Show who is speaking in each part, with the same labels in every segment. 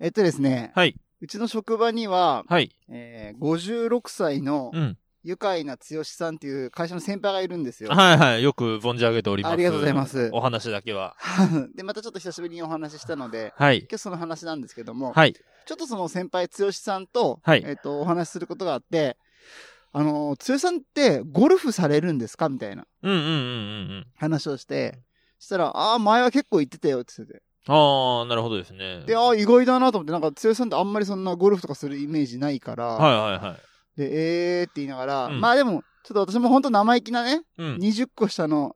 Speaker 1: えっとですね、
Speaker 2: はい。
Speaker 1: うちの職場には、
Speaker 2: はい。
Speaker 1: えー、56歳の
Speaker 2: うん。
Speaker 1: 愉快な剛さんっていう会社の先輩がいるんですよ。
Speaker 2: はいはい。よく存じ上げております。
Speaker 1: ありがとうございます
Speaker 2: お話だけは。
Speaker 1: で、またちょっと久しぶりにお話ししたので、
Speaker 2: はい。
Speaker 1: 今日その話なんですけども、
Speaker 2: はい。
Speaker 1: ちょっとその先輩、剛さんと、
Speaker 2: はい
Speaker 1: えっ、と、お話しすることがあって、あの、剛さんってゴルフされるんですかみたいな
Speaker 2: うんうんうんうんうん。
Speaker 1: 話をして、そしたら、ああ、前は結構行ってたよって言ってて。
Speaker 2: ああ、なるほどですね。
Speaker 1: で、ああ、意外だなと思って、なんか剛さんってあんまりそんなゴルフとかするイメージないから、
Speaker 2: はいはいはい。
Speaker 1: で、えーって言いながら、
Speaker 2: うん
Speaker 1: まあでも、ちょっと私も本当生意気なね、
Speaker 2: うん。
Speaker 1: 20個下の、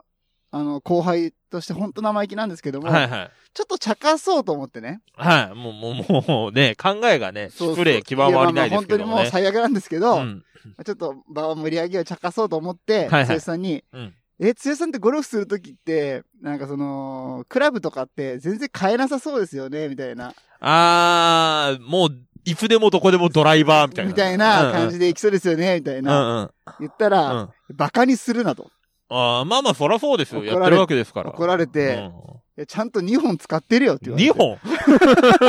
Speaker 1: あの、後輩として本当生意気なんですけども、
Speaker 2: はいはい。
Speaker 1: ちょっと茶化そうと思ってね。
Speaker 2: はい。もう、もう、もうね、考えがね、
Speaker 1: そうそう
Speaker 2: 失礼極まりな
Speaker 1: や
Speaker 2: いで
Speaker 1: まあ本
Speaker 2: すけども
Speaker 1: 当にもう
Speaker 2: ね。
Speaker 1: 最悪なんですけど、
Speaker 2: うん。
Speaker 1: ちょっと場を盛り上げを茶化そうと思って、
Speaker 2: はいはい
Speaker 1: 剛さんに、
Speaker 2: うん。
Speaker 1: え、剛さんってゴルフするときって、なんかその、クラブとかって全然買えなさそうですよね、みたいな。
Speaker 2: あー、もう、いつでもどこでもドライバーみたいな。
Speaker 1: みたいな感じでいきそうですよね、みたい
Speaker 2: うんうん。
Speaker 1: な。
Speaker 2: うんうん。
Speaker 1: 言ったら、
Speaker 2: うん
Speaker 1: バカにするなと。
Speaker 2: あーまあまあ、そらそうですよ。
Speaker 1: 怒
Speaker 2: や
Speaker 1: られ
Speaker 2: ってるわけですから。
Speaker 1: 怒られて、いやちゃんと2本使ってるよって
Speaker 2: う
Speaker 1: 言
Speaker 2: ん。
Speaker 1: われ
Speaker 2: 2
Speaker 1: て。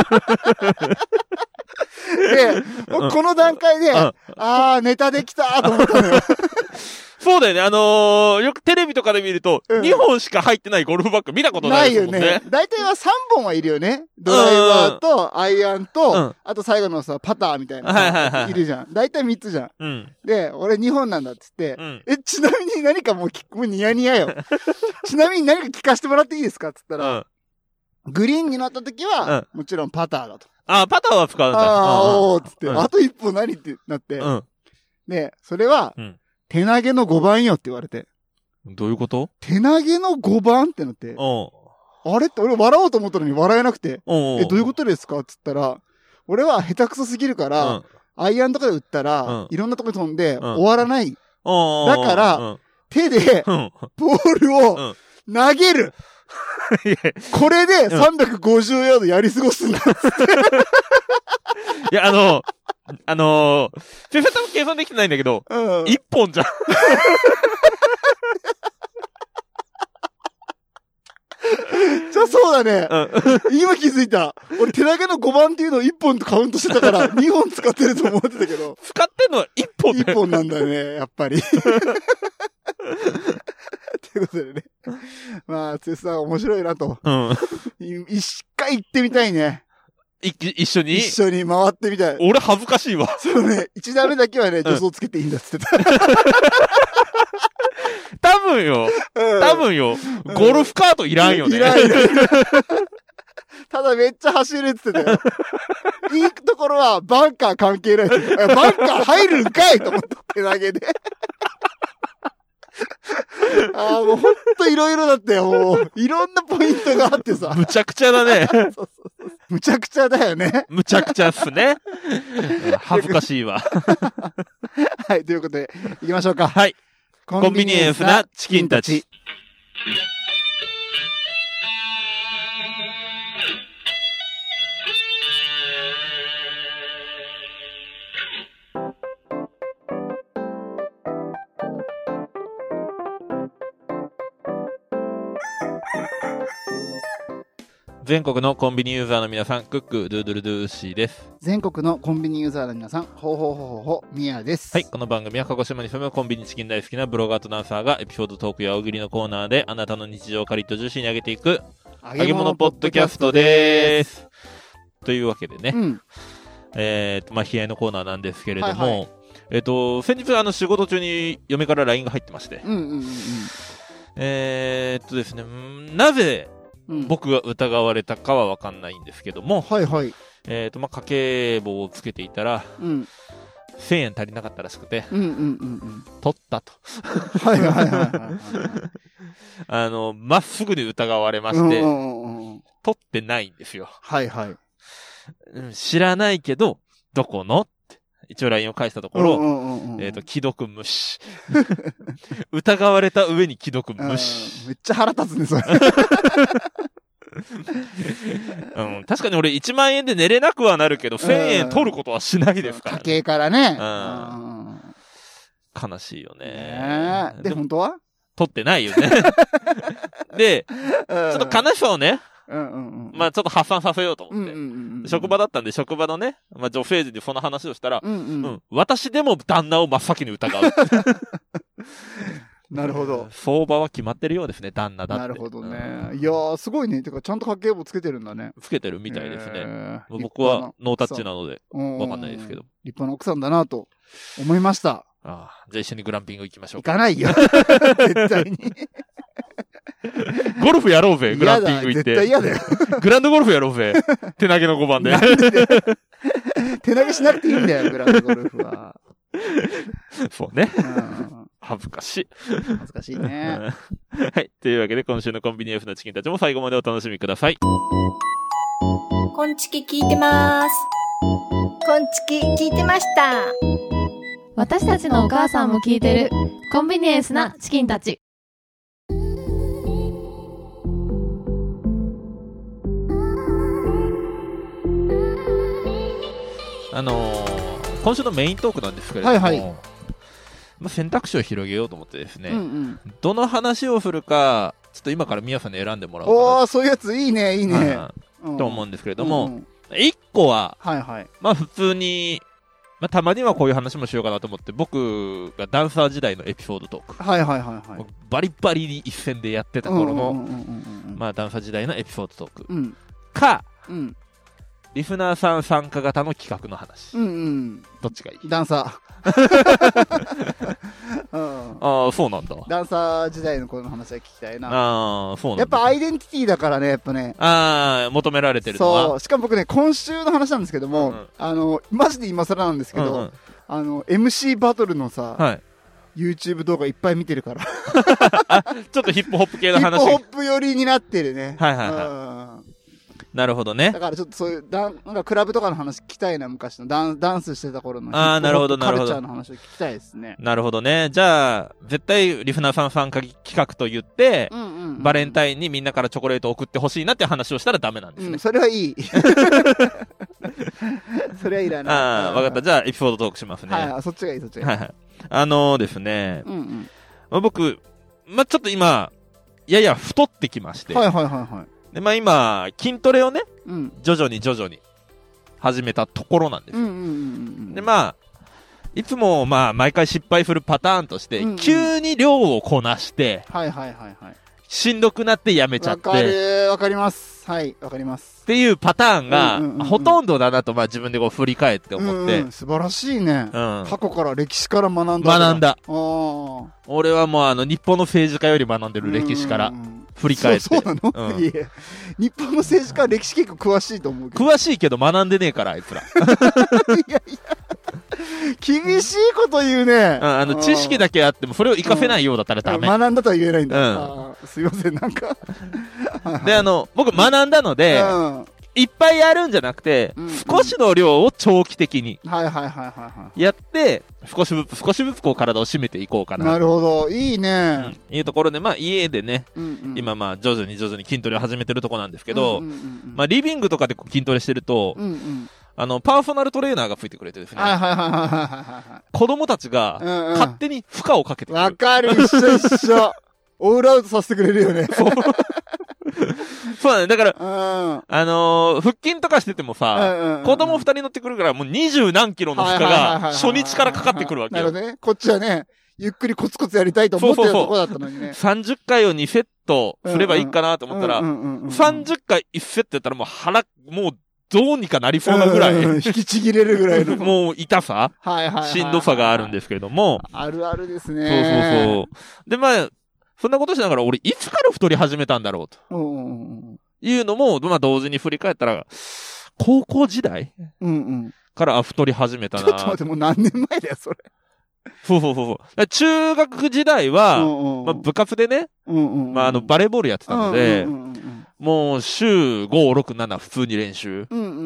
Speaker 2: 本
Speaker 1: で、もうこの段階で、
Speaker 2: ん
Speaker 1: ああー、ネタできたーと思ったのよ。
Speaker 2: そうだよね。あのー、よくテレビとかで見ると、
Speaker 1: うん
Speaker 2: 2本しか入ってないゴルフバッグ見たこと
Speaker 1: な
Speaker 2: ない
Speaker 1: い
Speaker 2: です
Speaker 1: よ
Speaker 2: もんね。
Speaker 1: ね。大体は3本はいるよね。ドライバーと、アイアンと、
Speaker 2: うん
Speaker 1: あと最後のさ、パターみたいな
Speaker 2: はいはいは
Speaker 1: さ。
Speaker 2: い
Speaker 1: いるじゃん。大体3つじゃん。
Speaker 2: うん。
Speaker 1: で、俺2本なんだっつって
Speaker 2: う、ん。
Speaker 1: え、ちなみに何かもう聞く、もうニヤニヤ よ。ちなみに何か聞かせてもらっていいですかっつった
Speaker 2: う
Speaker 1: ら、
Speaker 2: ん。
Speaker 1: グリーンになった時は、もちろんパターだと。
Speaker 2: あ、パターは使うんだ。
Speaker 1: ああ、おーっつって、
Speaker 2: うん
Speaker 1: あと1本何ってなって、
Speaker 2: うん。
Speaker 1: で、それは、
Speaker 2: うん
Speaker 1: 手投げの5番よって言われて、
Speaker 2: うん。どういうこと
Speaker 1: 手投げの5番ってなって、
Speaker 2: う
Speaker 1: あれって俺笑おうと思ったのに笑えなくて、
Speaker 2: ん。ん。
Speaker 1: え、どういうこととですかっつったら、俺は下手くそすぎるから、
Speaker 2: うん。
Speaker 1: アイアンとかで打ったら、
Speaker 2: うん
Speaker 1: いろんなとこに飛んで、
Speaker 2: ん
Speaker 1: 終わらない。
Speaker 2: う
Speaker 1: だ
Speaker 2: ん
Speaker 1: から
Speaker 2: うん
Speaker 1: 手 で、
Speaker 2: うん。
Speaker 1: ボールを、投げる、
Speaker 2: いやい
Speaker 1: これで
Speaker 2: うん
Speaker 1: 350ヤードやり過ごすんだ。
Speaker 2: や、あの、あのー、全然多分計算できてないんだけど、
Speaker 1: うん
Speaker 2: 1本じゃん。
Speaker 1: じゃあそうだね。
Speaker 2: うん
Speaker 1: 今気づいた。俺手投げの5番っていうのを1本とカウントしてたから、2本使ってると思ってたけど、
Speaker 2: 使ってんのは1本だ
Speaker 1: 1
Speaker 2: よ。
Speaker 1: 本なんだよね、やっぱり。 ということでね。まあ、つさん面白いなと。
Speaker 2: うん。
Speaker 1: い一回行ってみたいね。
Speaker 2: い一緒に
Speaker 1: 一緒に回ってみたい。
Speaker 2: 俺恥ずかしいわ。
Speaker 1: そうね、1打目だけはね、助走つけていいんだって言って
Speaker 2: 多分よ。
Speaker 1: た。うん
Speaker 2: 多分よ。ゴルフカートいらんよね。
Speaker 1: いらん よねただめっちゃ走るって言ってたよ。いいところはバンカー関係ないって言ってた。バンカー入るんかいと思って手投げで。 ああ、もうほんといろいろだったよ、もう。いろんなポイントがあってさ。
Speaker 2: むちゃくちゃだね。
Speaker 1: むちゃくちゃだよね。
Speaker 2: むちゃくちゃっすね。うん恥ずかしいわ。
Speaker 1: はい、ということで、行きましょうか。
Speaker 2: はい。
Speaker 1: コ
Speaker 2: コンビニエンスなチキンたち。。全国のコンビニユーザーの皆さん、クック、ドゥードゥルドゥーシーです。
Speaker 1: 全国のコンビニユーザーの皆さん、ほうほうほうほうほう、みやです。
Speaker 2: はい。この番組は鹿児島に住むコンビニチキン大好きなブロガーとダンサーがエピソードトークや大喜利のコーナーであなたの日常をカリッとジューシーに上げていく揚げ物ポッドキャストでーす。というわけでね、
Speaker 1: うん。
Speaker 2: えーと、まあ、悲哀のコーナーなんですけれども、
Speaker 1: はいは
Speaker 2: えっ、と、先日あの仕事中に嫁から LINE が入ってまして、
Speaker 1: うんうんうん
Speaker 2: えーっとですね、んなぜ
Speaker 1: うん。うん、
Speaker 2: 僕が疑われたかはわかんないんですけども、
Speaker 1: はいはい。
Speaker 2: えーっと、まあ、家計簿をつけていたら、
Speaker 1: うん。
Speaker 2: 1000円足りなかったらしくて、
Speaker 1: うんうんうん うん。
Speaker 2: 取ったと。
Speaker 1: はいはいはいは
Speaker 2: あの、まっすぐに疑われま
Speaker 1: い。うん
Speaker 2: し
Speaker 1: う
Speaker 2: て、
Speaker 1: んうんうん。
Speaker 2: 取ってないんですよ。
Speaker 1: はいはい。
Speaker 2: うん、知らないけど、どこのって一応 LINE を返したとこ
Speaker 1: う
Speaker 2: ろ、
Speaker 1: んうんうん
Speaker 2: えーっ、と、既読無視。 疑われた上に既読
Speaker 1: うん
Speaker 2: 無視。
Speaker 1: めっちゃ腹立つね、それ。
Speaker 2: うん、確かに俺1万円で寝れなくはなるけど、1000
Speaker 1: うん
Speaker 2: 円取ることはしないですから
Speaker 1: 家
Speaker 2: ね、
Speaker 1: 計からね。
Speaker 2: うん
Speaker 1: うんうんうん
Speaker 2: 悲しいよ
Speaker 1: ね
Speaker 2: ね。
Speaker 1: え。で、
Speaker 2: でも、
Speaker 1: 本当は
Speaker 2: 取ってないよね。で、
Speaker 1: ちょ
Speaker 2: ちょっと悲しさをね、
Speaker 1: ううんうんうん。
Speaker 2: まあちょっと発散させようと
Speaker 1: う
Speaker 2: 思
Speaker 1: ん
Speaker 2: っ
Speaker 1: うん
Speaker 2: て。
Speaker 1: うんうん。
Speaker 2: 職場だったんで、職場のね、まあ女性陣にその話をしたら、
Speaker 1: うんう。
Speaker 2: うんん、私でも旦那を真っ先に疑う。
Speaker 1: なるほど。
Speaker 2: 相場は決まってるようですね、旦那だって。
Speaker 1: なるほどね。
Speaker 2: うん
Speaker 1: いやー、すごいね。てか、ちゃんと家計簿つけてるんだね。
Speaker 2: つけてるみたいです
Speaker 1: え
Speaker 2: ね。
Speaker 1: ー
Speaker 2: まあ僕は、ノータッチなので、
Speaker 1: 立派
Speaker 2: わかんないですけど
Speaker 1: う。立派な奥さんだなと思いました。
Speaker 2: ああじゃあ一緒にグランピング行きまし
Speaker 1: 行
Speaker 2: ょうか。
Speaker 1: かない よ。絶対に。
Speaker 2: ゴルフやろうぜ、グランピング行っ
Speaker 1: 絶対
Speaker 2: て。
Speaker 1: 嫌だよ。
Speaker 2: グランドゴルフやろうぜ。手投げの5番で
Speaker 1: な。んでだよ手投げしなくていいんだよ、グランドゴルフは。
Speaker 2: そうね。
Speaker 1: うん
Speaker 2: 恥ずかしい。
Speaker 1: 恥ずかしいね。
Speaker 2: はい。というわけで、今週のコンビニ F のチキンたちも最後までお楽しみください。
Speaker 3: こんちき聞いてます。こんちき聞いてました。
Speaker 4: 私たちのお母さんも聞いてるコンビニエンスなチキンたち
Speaker 2: あのー今週のメイントークなんですけれども、
Speaker 1: はいはい
Speaker 2: まあ、選択肢を広げようと思ってですね、
Speaker 1: うんうん。
Speaker 2: どの話をするか、ちょっと今から皆さんに選んでもらおうか
Speaker 1: おー、そういうやついいね、いい
Speaker 2: な
Speaker 1: ね。
Speaker 2: はい
Speaker 1: うん
Speaker 2: と思うんですけれど
Speaker 1: うんう
Speaker 2: も、
Speaker 1: ん
Speaker 2: 一1個は、
Speaker 1: はいはい。
Speaker 2: まあ普通に、まあたまにはこういう話もしようかなと思って、僕がダンサー時代のエピソードトーク、
Speaker 1: はいはいはいはい。
Speaker 2: バリバリに一戦でやってた頃の、
Speaker 1: うんうんうんうん
Speaker 2: まあダンサー時代のエピソードトーク
Speaker 1: うんうん。
Speaker 2: か、
Speaker 1: うん。
Speaker 2: リスナーさん参加型の企画の話、
Speaker 1: うんうん。
Speaker 2: どっちがいい
Speaker 1: ダンサ ー。うん。
Speaker 2: ああ、そうなんだ。
Speaker 1: ダンサー時代のこの話は聞きたいな。
Speaker 2: ああ、そうなんだ。
Speaker 1: やっぱアイデンティティだからね、やっぱね。
Speaker 2: ああ、求められてるのは。
Speaker 1: そう。しかも僕ね、今週の話なんですけども、
Speaker 2: うんうん
Speaker 1: あの、マジで今更なんですけど、
Speaker 2: うんうん
Speaker 1: あの、MC バトルのさ、
Speaker 2: はい。
Speaker 1: YouTube 動画いっぱい見てるから、
Speaker 2: ちょっとヒップホップ
Speaker 1: ヒ
Speaker 2: 系の
Speaker 1: ップ
Speaker 2: 話
Speaker 1: ホ。ップ寄りになってるね。
Speaker 2: はいはいはい
Speaker 1: うん
Speaker 2: なるほど
Speaker 1: だ
Speaker 2: ね。
Speaker 1: からちょっとそういう、ダンなんかクラブとかの話聞きたいな、昔の。ダンダンスしてた頃の。
Speaker 2: あーなるほど
Speaker 1: ヒップホップカル
Speaker 2: なるほど
Speaker 1: チャーの話を聞きたいですね。
Speaker 2: なるほどね。じゃあ、絶対リフナーさん参加企画と言って、
Speaker 1: うんうんうん、
Speaker 2: バレンタインにみんなからチョコレートを送ってほしいなって話をしたらダメなんです
Speaker 1: う
Speaker 2: ね
Speaker 1: ん、。それはい い。それはいらない。
Speaker 2: ああ、わかった。
Speaker 1: っ
Speaker 2: じゃあ、エピソードトークしますね。
Speaker 1: はい
Speaker 2: は
Speaker 1: あ、そっちがいい、そっち
Speaker 2: い
Speaker 1: がいい。
Speaker 2: はい。あのーですね、
Speaker 1: うんうん。
Speaker 2: まあ僕、まあちょっと今、やや太ってきまして、
Speaker 1: はいはいはいはい。
Speaker 2: でまあ今、筋トレをね、
Speaker 1: うん。
Speaker 2: 徐々に徐々に始めたところなんです
Speaker 1: うんうんうん。
Speaker 2: で、
Speaker 1: あ、
Speaker 2: まあ、いつも、まあ、毎回失敗するパターンとして、
Speaker 1: うんうん
Speaker 2: 急に量をこなして、
Speaker 1: はいはいはいはい。
Speaker 2: しんどくなってやめちゃ
Speaker 1: わ
Speaker 2: って、
Speaker 1: かる
Speaker 2: っ
Speaker 1: わかります。はい、わかります。
Speaker 2: ていうパターンが、
Speaker 1: うんうんうんうん
Speaker 2: ほとんどだなと、まあ、自分でこう振り返って思って、
Speaker 1: うんうん素晴らしいね。
Speaker 2: うん
Speaker 1: 過去から歴史から学んだ。
Speaker 2: 学んだ。
Speaker 1: あー。
Speaker 2: 俺はもう、あの、日本の政治家より学んでる歴史から
Speaker 1: うんうんうん。
Speaker 2: 振り返って。
Speaker 1: そうそうなの、
Speaker 2: うん
Speaker 1: いえ。日本の政治家は歴史結構詳しいと思うけど。
Speaker 2: 詳しいけど学んでねえから、あ いつら。
Speaker 1: 厳しいこと言うね。
Speaker 2: うんあの、知識だけあっても、それを活かせないようだったらダメ。
Speaker 1: 学んだとは言えないんだ。
Speaker 2: うん
Speaker 1: あーすいません、なんか。
Speaker 2: で、あの、僕学んだので、
Speaker 1: うん。はい
Speaker 2: いっぱいやるんじゃなくて
Speaker 1: うんうん、
Speaker 2: 少しの量を長期的に。
Speaker 1: はいはいはいは
Speaker 2: やって、少しずつ少しずつこう体を締めていこうか
Speaker 1: い。な
Speaker 2: な。
Speaker 1: るほど。いい
Speaker 2: うん
Speaker 1: ね。
Speaker 2: いうところで、まあ家でね、
Speaker 1: うんうん
Speaker 2: 今まあ徐々に徐々に筋トレを始めてるとこなんですけど、
Speaker 1: うんうんうんうん
Speaker 2: まあリビングとかでこう筋トレしてると、
Speaker 1: うんうん。
Speaker 2: あの、パーソナルトレーナーがついてくれてです
Speaker 1: はい
Speaker 2: ね、
Speaker 1: はいはいはいは
Speaker 2: 子供たち
Speaker 1: いはい
Speaker 2: が
Speaker 1: はい。
Speaker 2: 勝手に負荷をかけて
Speaker 1: うんうん。
Speaker 2: く
Speaker 1: わ
Speaker 2: る。
Speaker 1: かる、一緒一 緒。オールアウトさせてくれるよね。
Speaker 2: そうそうだね。だから、
Speaker 1: うん。
Speaker 2: あのー腹筋とかしててもさ、子
Speaker 1: 子
Speaker 2: 供二
Speaker 1: 人
Speaker 2: 人乗ってくるから、もう二十何キロの負荷が初日からかかってくるわけ
Speaker 1: なる
Speaker 2: よ
Speaker 1: ほ。どね。こっちはね、ゆっくりコツコツやりたいと思ってるとこだったのにね。
Speaker 2: 30回を2セットすればいいかなと思ったら、
Speaker 1: 三
Speaker 2: 30回1セットやったらもう腹、もうどうにかなりそうなぐらい、
Speaker 1: 引きちぎれる ぐらいの。
Speaker 2: もう痛さ、
Speaker 1: はいはいはいはい。
Speaker 2: しんどさがあるんですけれども、
Speaker 1: あるあるです
Speaker 2: そうそう
Speaker 1: ね。
Speaker 2: そう。で、まあ、そんなことしながら俺いつから太り始めたんだろうと
Speaker 1: そうそう。うん
Speaker 2: いうのも、まあ同時に振り返ったら、高校時代
Speaker 1: うんうん。
Speaker 2: からあ太り始めた
Speaker 1: ち
Speaker 2: な。
Speaker 1: ょっと待って、もう何年前だよ、それ。
Speaker 2: そうそうそうそう。だから中学時代
Speaker 1: う
Speaker 2: は、
Speaker 1: んうん
Speaker 2: まあ、部活でね、
Speaker 1: うんうんうん
Speaker 2: まああのバレーボールやってたので、
Speaker 1: うんうんうん
Speaker 2: もう週5、6、7普通に練習。
Speaker 1: うんうんうんう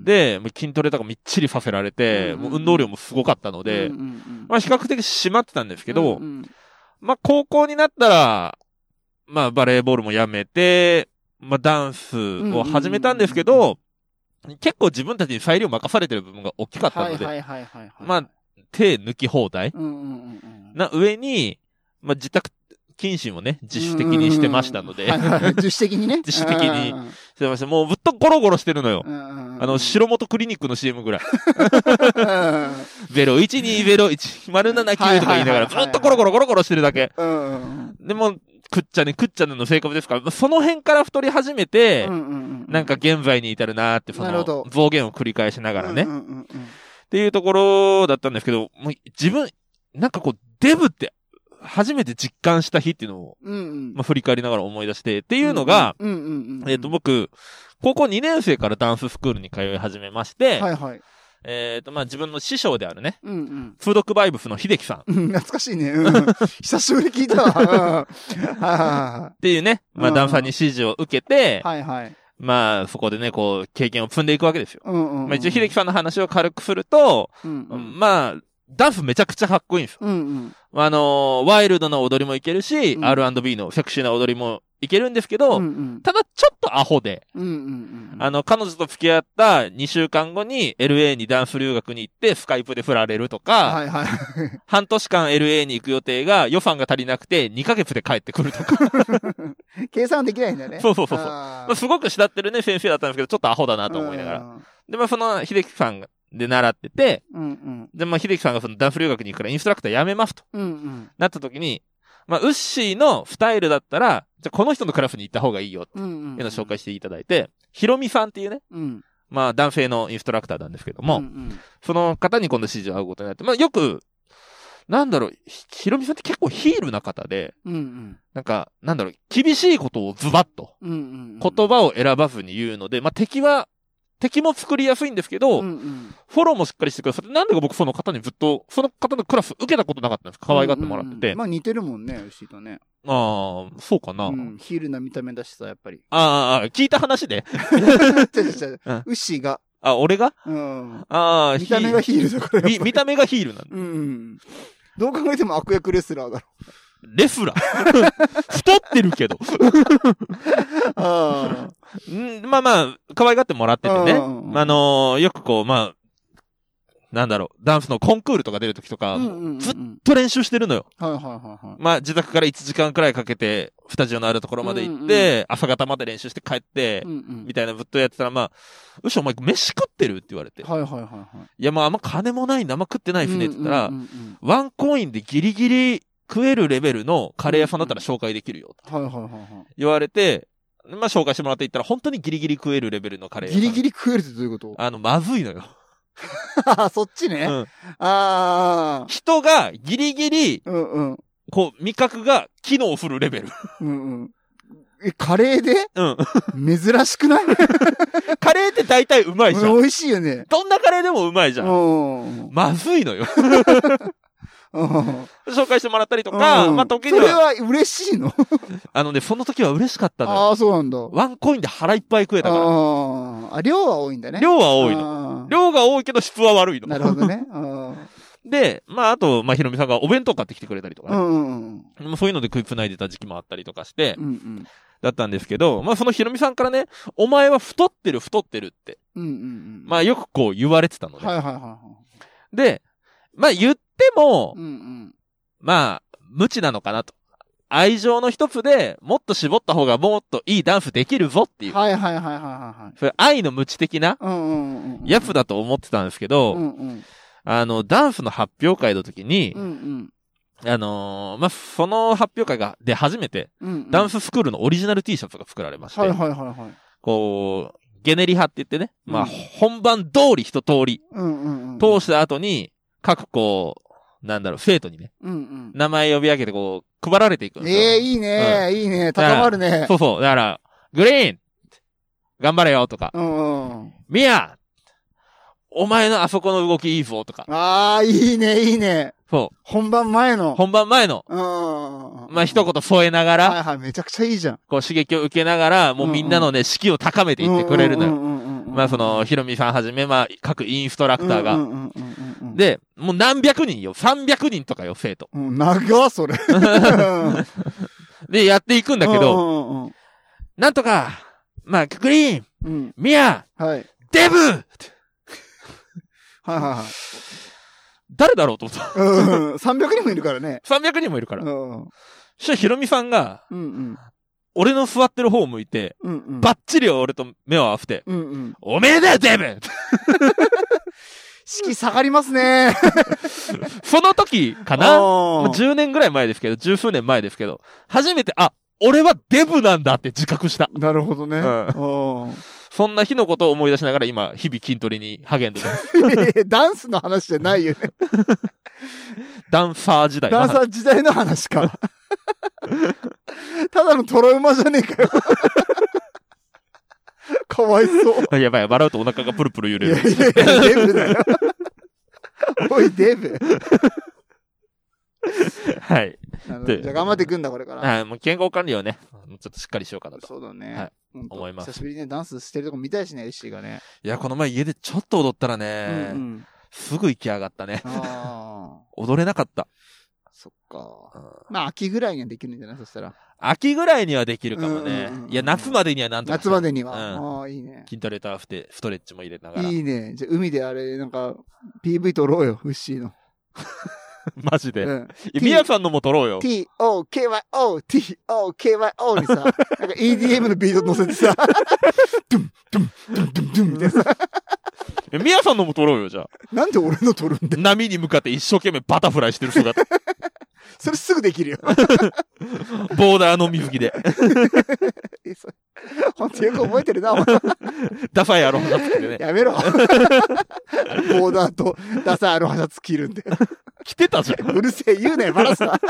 Speaker 1: ん。
Speaker 2: で、もう筋トレとかみっちりさせられて、
Speaker 1: うん
Speaker 2: もう運動量もすごかったので、
Speaker 1: うんうんうん、
Speaker 2: まあ比較的締まってたんですけ
Speaker 1: うん
Speaker 2: ど、
Speaker 1: うん
Speaker 2: まあ高校になったら、まあバレーボールもやめて、まあダンスを始めたんですけ
Speaker 1: うんうん
Speaker 2: ど、結構自分たちに裁量任されてる部分が大きかった
Speaker 1: は
Speaker 2: の
Speaker 1: い
Speaker 2: で、
Speaker 1: はいはいはいはい。
Speaker 2: まあ手抜き放題
Speaker 1: うんうんうんうん。
Speaker 2: な上に、まあ自宅禁止もね、自主的にしてましたので、
Speaker 1: うんうんうんはいはい自主的にね。
Speaker 2: 自主的に
Speaker 1: うん
Speaker 2: すいません、もうぶっとゴロゴロしてるのよ。
Speaker 1: うんうん。
Speaker 2: あの、白本クリニックの CM ぐらい。
Speaker 1: うん
Speaker 2: 012-01079とか言いながら、ずっとゴロゴロゴロゴロしてるだけ。
Speaker 1: うんうん。
Speaker 2: でも、くっちゃね、くっちゃねの性格ですから、その辺から太り始めて、
Speaker 1: うんうん
Speaker 2: なんか現在に至るなーって、そ
Speaker 1: なるほ
Speaker 2: の
Speaker 1: ど
Speaker 2: 増減を繰り返しながらね、
Speaker 1: うん
Speaker 2: っ
Speaker 1: うんうんうん
Speaker 2: ていうところだったんですけど、もう自分、なんかこう、デブって初めて実感した日っていうのを、
Speaker 1: うんうん。
Speaker 2: まあ、振り返りながら思い出して、っていうのが、
Speaker 1: うんうんうんうん。
Speaker 2: えっ、と、僕、高校2年生からダンススクールに通い始めまして、
Speaker 1: はいはい。
Speaker 2: えっ、と、まあ、自分の師匠であるね、
Speaker 1: うんうん。
Speaker 2: フードクバイブスの秀樹さんっ
Speaker 1: うん懐かしいね。うん、 久しぶりに聞いたわ。うんは
Speaker 2: ていうね、まあ、
Speaker 1: うん
Speaker 2: ダンサーに指示を受けて
Speaker 1: い、はいはい。
Speaker 2: まあ、そこでね、こう、経験を積んでいくわけですよ。
Speaker 1: うんうんうん。
Speaker 2: まあ、一応秀樹さんの話を軽くすると、
Speaker 1: うんうん。
Speaker 2: まあ、ダンスめちゃくちゃかっこいいんですよ。
Speaker 1: うんうん。
Speaker 2: まああのーワイルドな踊りもいけるし、
Speaker 1: うん
Speaker 2: R&B のセクシーな踊りもいけるんですけ
Speaker 1: うん
Speaker 2: ど、
Speaker 1: うん。
Speaker 2: ただちょっとアホで、
Speaker 1: うんうんうん。
Speaker 2: あの、彼女と付き合った2週間後に LA にダンス留学に行ってスカイプで振られるとか、
Speaker 1: はいはい。
Speaker 2: 半年間 LA に行く予定が予算が足りなくて2ヶ月で帰ってくるとか、
Speaker 1: 計算できないんだね。
Speaker 2: そうそうそうそう
Speaker 1: あ
Speaker 2: まあすごく慕ってるね、先生だったんですけど、ちょっとアホだな
Speaker 1: ー
Speaker 2: と思いながら。
Speaker 1: うん
Speaker 2: で、まあその、秀樹さんで習ってて、
Speaker 1: うん
Speaker 2: で、まあ秀樹さんがそのダンス留学に行くからインストラクター辞めますと
Speaker 1: うん。うん
Speaker 2: なった時に、まあ、ウッシーのスタイルだったら、じゃあこの人のクラスに行った方がいいよ
Speaker 1: うん。うん
Speaker 2: っ
Speaker 1: うん。
Speaker 2: ていうのを紹介していただいて、ヒロミさんっていうね、
Speaker 1: うん。
Speaker 2: まあ男性のインストラクターなんですけども、
Speaker 1: うんうん
Speaker 2: その方に今度指示を合うことになって、まあよく、なんだろう、ひヒロミさんって結構ヒールな方で、
Speaker 1: うんうん。
Speaker 2: なんか、なんだろう、厳しいことをズバッと
Speaker 1: うんうん。
Speaker 2: 言葉を選ばずに言うので、まあ敵は、敵も作りやすいんですけど、
Speaker 1: うんうん。
Speaker 2: フォローもしっかりしてくださって、なんでか僕その方にずっと、その方のクラス受けたことなかったんです。可愛がってもらって
Speaker 1: うんうんう
Speaker 2: て
Speaker 1: ん。まあ似てるもんね、牛とね。
Speaker 2: ああ、そうかな。。
Speaker 1: うん。ヒールな見た目だしさ、やっぱり
Speaker 2: ああああ、聞いた話で。
Speaker 1: 違う違う違
Speaker 2: うん
Speaker 1: う。牛が。
Speaker 2: あ、俺が
Speaker 1: うん。
Speaker 2: ああ、
Speaker 1: 見た目が
Speaker 2: ヒ
Speaker 1: ヒールだから
Speaker 2: ール。み見た目がヒールなんだ。
Speaker 1: うんうん。どう考えても悪役レスラーだろ。
Speaker 2: レスラ ー。太ってるけど。
Speaker 1: ああ。
Speaker 2: ん まあまあ、可愛がってもらっててね。
Speaker 1: うんうんうん
Speaker 2: あのーよくこう、まあ、なんだろう、ダンスのコンクールとか出るときとか、
Speaker 1: う
Speaker 2: ず
Speaker 1: ん
Speaker 2: っ
Speaker 1: うんうん
Speaker 2: ずと練習してるのよ。
Speaker 1: はいはいはいはい。
Speaker 2: まあ、自宅から1時間くらいかけて、スタジオのあるところまで行って、朝方まで練習して帰って、
Speaker 1: うんうん
Speaker 2: みたいなぶっとやってたら、まあ、うし、お前飯食ってるって言われて。
Speaker 1: はいはいはいはい
Speaker 2: や、まあ、あんま金もないんで、あんま食ってない
Speaker 1: い。
Speaker 2: ですねって言ったら
Speaker 1: うん、うんうん
Speaker 2: ワンコインでギリギリ食えるレベルのカレー屋さんだったら紹介できるよ。
Speaker 1: うんはいはいはいは
Speaker 2: 言われて、まあ紹介してもらっていったら本当にギリギリ食えるレベルのカレー
Speaker 1: い。
Speaker 2: 屋さ
Speaker 1: ギ
Speaker 2: ん。
Speaker 1: リギ
Speaker 2: リ
Speaker 1: リ食えるってどういうこと
Speaker 2: あの、まずいのよ。
Speaker 1: あ そっち
Speaker 2: う
Speaker 1: ね。
Speaker 2: ん。
Speaker 1: ああ。
Speaker 2: 人がギリギリ、
Speaker 1: うんうん。
Speaker 2: こう、味覚が機能するレベル。
Speaker 1: うんうん。え、カレーで
Speaker 2: うん。
Speaker 1: 珍しく ない
Speaker 2: カレーって大体うまいじゃん。
Speaker 1: 美味しいよね。
Speaker 2: どんなカレーでもうまいじ
Speaker 1: う
Speaker 2: ゃん。
Speaker 1: ん。うん
Speaker 2: まずいのよ。 紹介してもらったりとか、
Speaker 1: うん
Speaker 2: まあ時
Speaker 1: そ
Speaker 2: に
Speaker 1: れ
Speaker 2: は、
Speaker 1: は嬉しいの
Speaker 2: あのね、その時は嬉しかったのよ。
Speaker 1: ああ、そうなんだ。
Speaker 2: ワンコインで腹いっぱい食えたか
Speaker 1: ああ。あ、量は多いんだね。
Speaker 2: ら。量は多いの。
Speaker 1: の
Speaker 2: 量が多いけど質は悪いの。
Speaker 1: なるほどね。 うん
Speaker 2: で、まあ、あと、まあ、ひろみさんがお弁当買ってきてくれたりと
Speaker 1: う
Speaker 2: かね。
Speaker 1: んうん
Speaker 2: まあそういうので食いつないでた時期もあったりとかして
Speaker 1: うん。う、ん
Speaker 2: だったんですけど、まあ、そのひろみさんからね、お前は太ってる太ってるって、
Speaker 1: うん。うんうん。
Speaker 2: まあ、よくこう言われてたのね。
Speaker 1: はいはいはいはい。
Speaker 2: で、まあ、言っても
Speaker 1: う、んうん。
Speaker 2: まあ、無知なのかなと。愛情の一つでもっと絞った方がもっといいダンスできるぞっていう、
Speaker 1: はいはいはいはいはいはい。
Speaker 2: それ愛の無知的な
Speaker 1: うんうんうん。
Speaker 2: やつだと思ってたんですけど、
Speaker 1: うんうん。
Speaker 2: あの、ダンスの発表会の時に
Speaker 1: う、んうん。
Speaker 2: あのーまあ、その発表会が、で初めて、
Speaker 1: うんうん。
Speaker 2: ダンススクールのオリジナル T シャツが作られまして、
Speaker 1: はいはいはいはい。
Speaker 2: こう、ゲネリ派って言ってね、まあ、
Speaker 1: うん
Speaker 2: 本番通り一通り、
Speaker 1: うんうんうん。
Speaker 2: 通した後に、各こう、なんだろう、生徒にね、
Speaker 1: うん
Speaker 2: 名前呼び上げてこう、配られていく
Speaker 1: うんん。
Speaker 2: ですよ。
Speaker 1: ええ、いいね。いいね。高まるね。
Speaker 2: そうそう、だから、グリーン頑張れよとか、
Speaker 1: うんうん。
Speaker 2: ミアお前のあそこの動きいいぞとか、
Speaker 1: ああ、いいね、いいね。
Speaker 2: そ
Speaker 1: 本番前
Speaker 2: う、
Speaker 1: の。
Speaker 2: 本番前の、
Speaker 1: うんうんうん。
Speaker 2: まあ、一言添えなが
Speaker 1: はい
Speaker 2: ら、
Speaker 1: はい、めちゃくちゃいいじゃん。
Speaker 2: こう刺激を受けながら、もうみんなのね、士気を高めていってくれるのよ。
Speaker 1: よ
Speaker 2: まあその、、ヒロミさんはじめ、まあ各インストラクター
Speaker 1: う
Speaker 2: が。
Speaker 1: んうんうんうんうん、
Speaker 2: で、もう何百人よ。300人とかよ、生徒。
Speaker 1: うん、長っそ れ。だ
Speaker 2: で、やっていくんだけど、、なんとか、まあ、グリーン、
Speaker 1: うんうんうん、
Speaker 2: ミア、
Speaker 1: うんはい。はい
Speaker 2: デブ
Speaker 1: はいはい。
Speaker 2: 誰だろうと思った。
Speaker 1: うん、300人もいるからね。
Speaker 2: 300人もいるか
Speaker 1: う
Speaker 2: ら。
Speaker 1: ん。
Speaker 2: そしたらヒロミさんが、
Speaker 1: うんうん。
Speaker 2: 俺の座ってる方を向いて、
Speaker 1: うんうん。
Speaker 2: バッチリ俺と目を合わせて、
Speaker 1: うんうん。
Speaker 2: おめえだよ、デブ
Speaker 1: 式下がりますね。
Speaker 2: その時か
Speaker 1: あ
Speaker 2: な
Speaker 1: ー
Speaker 2: まあ ?10 年ぐらい前ですけど、十数年前ですけど、初めて、あ、俺はデブなんだって自覚した。
Speaker 1: なるほどね。
Speaker 2: うん
Speaker 1: おー
Speaker 2: そんな日のことを思い出しながら今、日々筋トレに励ん でます。
Speaker 1: ダンスの話じゃないよね。
Speaker 2: ダンサー時代の
Speaker 1: ダン
Speaker 2: 話
Speaker 1: サー時代の話か。 ただのトラウマじゃねえかよ。 かわいそう。
Speaker 2: やばい、笑うとお腹がプルプル揺
Speaker 1: い
Speaker 2: れ
Speaker 1: や
Speaker 2: る。
Speaker 1: いやいや、デブだよ。 おい、デブ。
Speaker 2: はい。
Speaker 1: なるほ
Speaker 2: で
Speaker 1: どじゃあ頑張っていくんだ、これから。
Speaker 2: あーもう健康管理をね、もうちょっとしっかりしようかなと。
Speaker 1: そうだね。
Speaker 2: はい
Speaker 1: ほんと
Speaker 2: 思います
Speaker 1: 久しぶりにね、ダンスしてるとこ見たいしね、シーがね。
Speaker 2: いや、この前家でちょっと踊ったら
Speaker 1: うん
Speaker 2: ね、
Speaker 1: うん。
Speaker 2: すぐ行き上がったね。
Speaker 1: ああ、
Speaker 2: 踊れなかった。
Speaker 1: そっか。まあ、秋ぐらいにはできるんじゃないそしたら。
Speaker 2: 秋ぐらいにはできるかもね
Speaker 1: うんうんう。ん
Speaker 2: いや、夏までにはなんとか。
Speaker 1: 夏までには。
Speaker 2: うん
Speaker 1: ああ、いいね。
Speaker 2: 筋トレとアフテ、ストレッチも入れながら。
Speaker 1: いいね。じゃあ、海であれ、なんか、PV 撮ろうよ、フッシーの。
Speaker 2: マジで。
Speaker 1: うん。
Speaker 2: いやみやさんのも撮ろうよ。
Speaker 1: T-O-K-Y-O, T-O-K-Y-O にさ、なんか EDM のビート乗せてさ、ドゥン、ドゥン、ドゥン、ドゥン、ドゥンみたいなさ、
Speaker 2: いやみやさんのも撮ろうよ、じゃあ。
Speaker 1: なんで俺の撮るんだよ
Speaker 2: 波に向かって一生懸命バタフライしてる姿。
Speaker 1: それすぐで きるよ。
Speaker 2: ボーダーの水着で。
Speaker 1: えそれ本当よく覚えてるな、お前
Speaker 2: ダサいアロハシャツ着てね。
Speaker 1: やめ ろ。ボーダーとダサいアロハシャツ着るんで。
Speaker 2: 着てたじゃん。
Speaker 1: うるせえ、言うなよ、バラすな。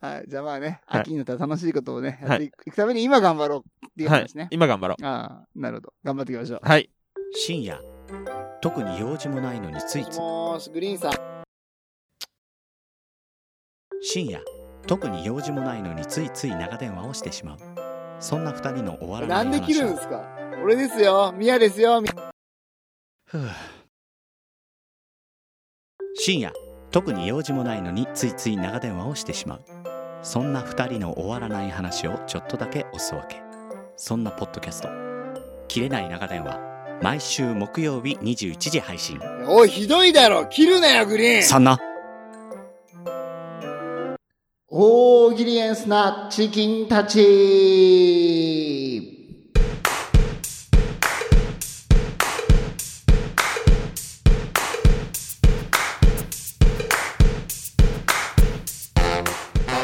Speaker 1: はい、じゃあまあね、
Speaker 2: はい
Speaker 1: 秋になったら楽しいことをね、
Speaker 2: はい
Speaker 1: やっていくために今頑張ろうっていう
Speaker 2: は
Speaker 1: 話
Speaker 2: い
Speaker 1: ね。。
Speaker 2: 今頑張ろ
Speaker 1: ああ、なるほど。頑張っていきましょう。
Speaker 2: う。はい。
Speaker 5: 深夜特に用事もないのについつい
Speaker 1: もし、グリーンさん。
Speaker 5: 深夜特に用事もないのについつい長電話をしてしまうそんな二人の終わらない話を
Speaker 1: すか俺ですよ、ミヤですよ、
Speaker 5: ふう深夜特に用事もないのについつい長電話をしてしまうそんな二人の終わらない話をちょっとだけおすわけそんなポッドキャスト「切れない長電話」毎週木曜日21時配信
Speaker 1: おい、ひどいだろ切るなよ、グリ
Speaker 5: そんな
Speaker 1: 大喜利エンスなチキンたち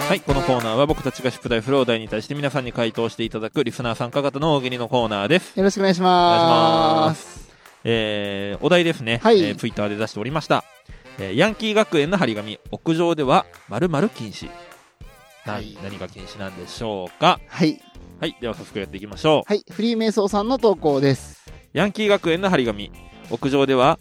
Speaker 2: はい、このコーナーは僕たちが宿題フロー題に対して皆さんに回答していただくリスナー参加型の大喜利のコーナーです。
Speaker 1: よろしくお願いし
Speaker 2: お願いしま
Speaker 1: ます。
Speaker 2: す。えー、お題ですね。
Speaker 1: はい
Speaker 2: えー、ツイッターで出しておりました。えー、ヤンキー学園の張り紙、屋上では〇〇禁止。な
Speaker 1: はい
Speaker 2: 何が禁止なんでしょうか
Speaker 1: はい。
Speaker 2: はい、では早速やっていきましょう。
Speaker 1: はい。フリーメイソーさんの投稿です。
Speaker 2: ヤンキー学園の張り紙、屋上では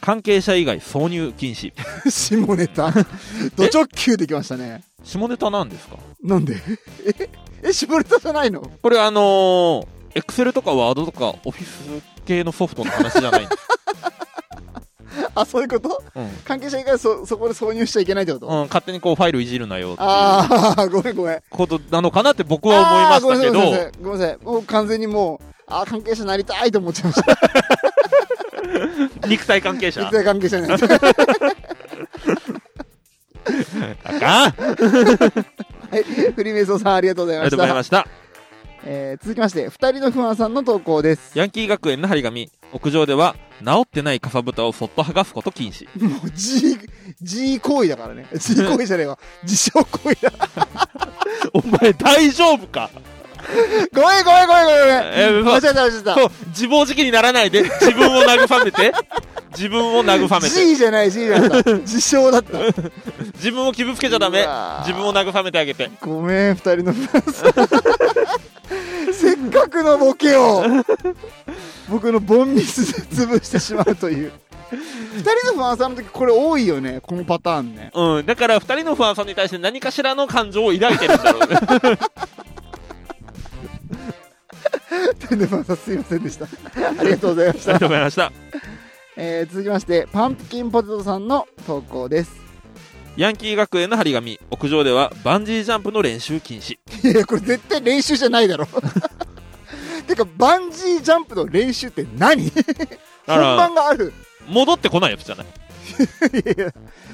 Speaker 2: 関係者以外挿入禁止。
Speaker 1: 下ネタ。 ド直球できましたね。
Speaker 2: 下ネタなんですか
Speaker 1: なんでえ、え、下ネタじゃないの
Speaker 2: これあのー、エクセルとかワードとかオフィス系のソフトの話じゃないんです。
Speaker 1: あ、そういうこと
Speaker 2: うん
Speaker 1: 関係者以外そ、そこで挿入しちゃいけないってこと、
Speaker 2: うん、勝手にこうファイルいじるなよっていう
Speaker 1: ああ、ごめんごめん。
Speaker 2: ことなのかなって僕は思いましたけ
Speaker 1: あ
Speaker 2: ど、
Speaker 1: ーごめんなさい、ごめんなさい。ごめんなさい。もう完全にもう、ああ、関係者になりたいと思っちゃいました。
Speaker 2: 肉体関 係者
Speaker 1: 絶。対関係者になりたい。
Speaker 2: あかんあり
Speaker 1: はい。フリーメイソンさん、ありがとうござい
Speaker 2: が
Speaker 1: ま
Speaker 2: と
Speaker 1: し
Speaker 2: うござい
Speaker 1: た。
Speaker 2: ました。
Speaker 1: えー続きまして、二人の不安さんの投稿です。
Speaker 2: ヤンキー学園の張り紙、屋上では治ってないかさぶたをそっと剥がすこと禁 止。
Speaker 1: もう、G、G 行為だからね。G 行為じゃねえわ。自傷行為だ。
Speaker 2: お前大丈夫か
Speaker 1: ごめんごめんごめんごめんごめん。
Speaker 2: えー
Speaker 1: 間違えた間違えた。
Speaker 2: そう、自暴自棄にならないで、自分を慰めて、自分を慰めて、
Speaker 1: G じゃない G じゃなかった。自傷だった。
Speaker 2: 自分を傷つけちゃダメ
Speaker 1: うわ、ー
Speaker 2: 自分を慰めてあげて。
Speaker 1: ごめん、二人の不安さん。 せっかくのボケを、僕のボンミスで潰してしまうという。二人の不安さんの時、これ多いよね。このパターンね。
Speaker 2: うん、だから二人の不安さんに対して何かしらの感情を抱いてるんだ ろうね。
Speaker 1: 二人の不安さん、すいませんでした。ありがとうございまし
Speaker 2: ありが
Speaker 1: た。
Speaker 2: とうございました。
Speaker 1: えー続きまして、パンプキンポテトさんの投稿です。
Speaker 2: ヤンキー学園の張り紙、屋上ではバンジージャンプの練習禁止。
Speaker 1: いや、これ絶対練習じゃないだろ。 てか、バンジージャンプの練習って何本
Speaker 2: だから
Speaker 1: 番がある。
Speaker 2: 戻ってこないやつじゃない
Speaker 1: いやいや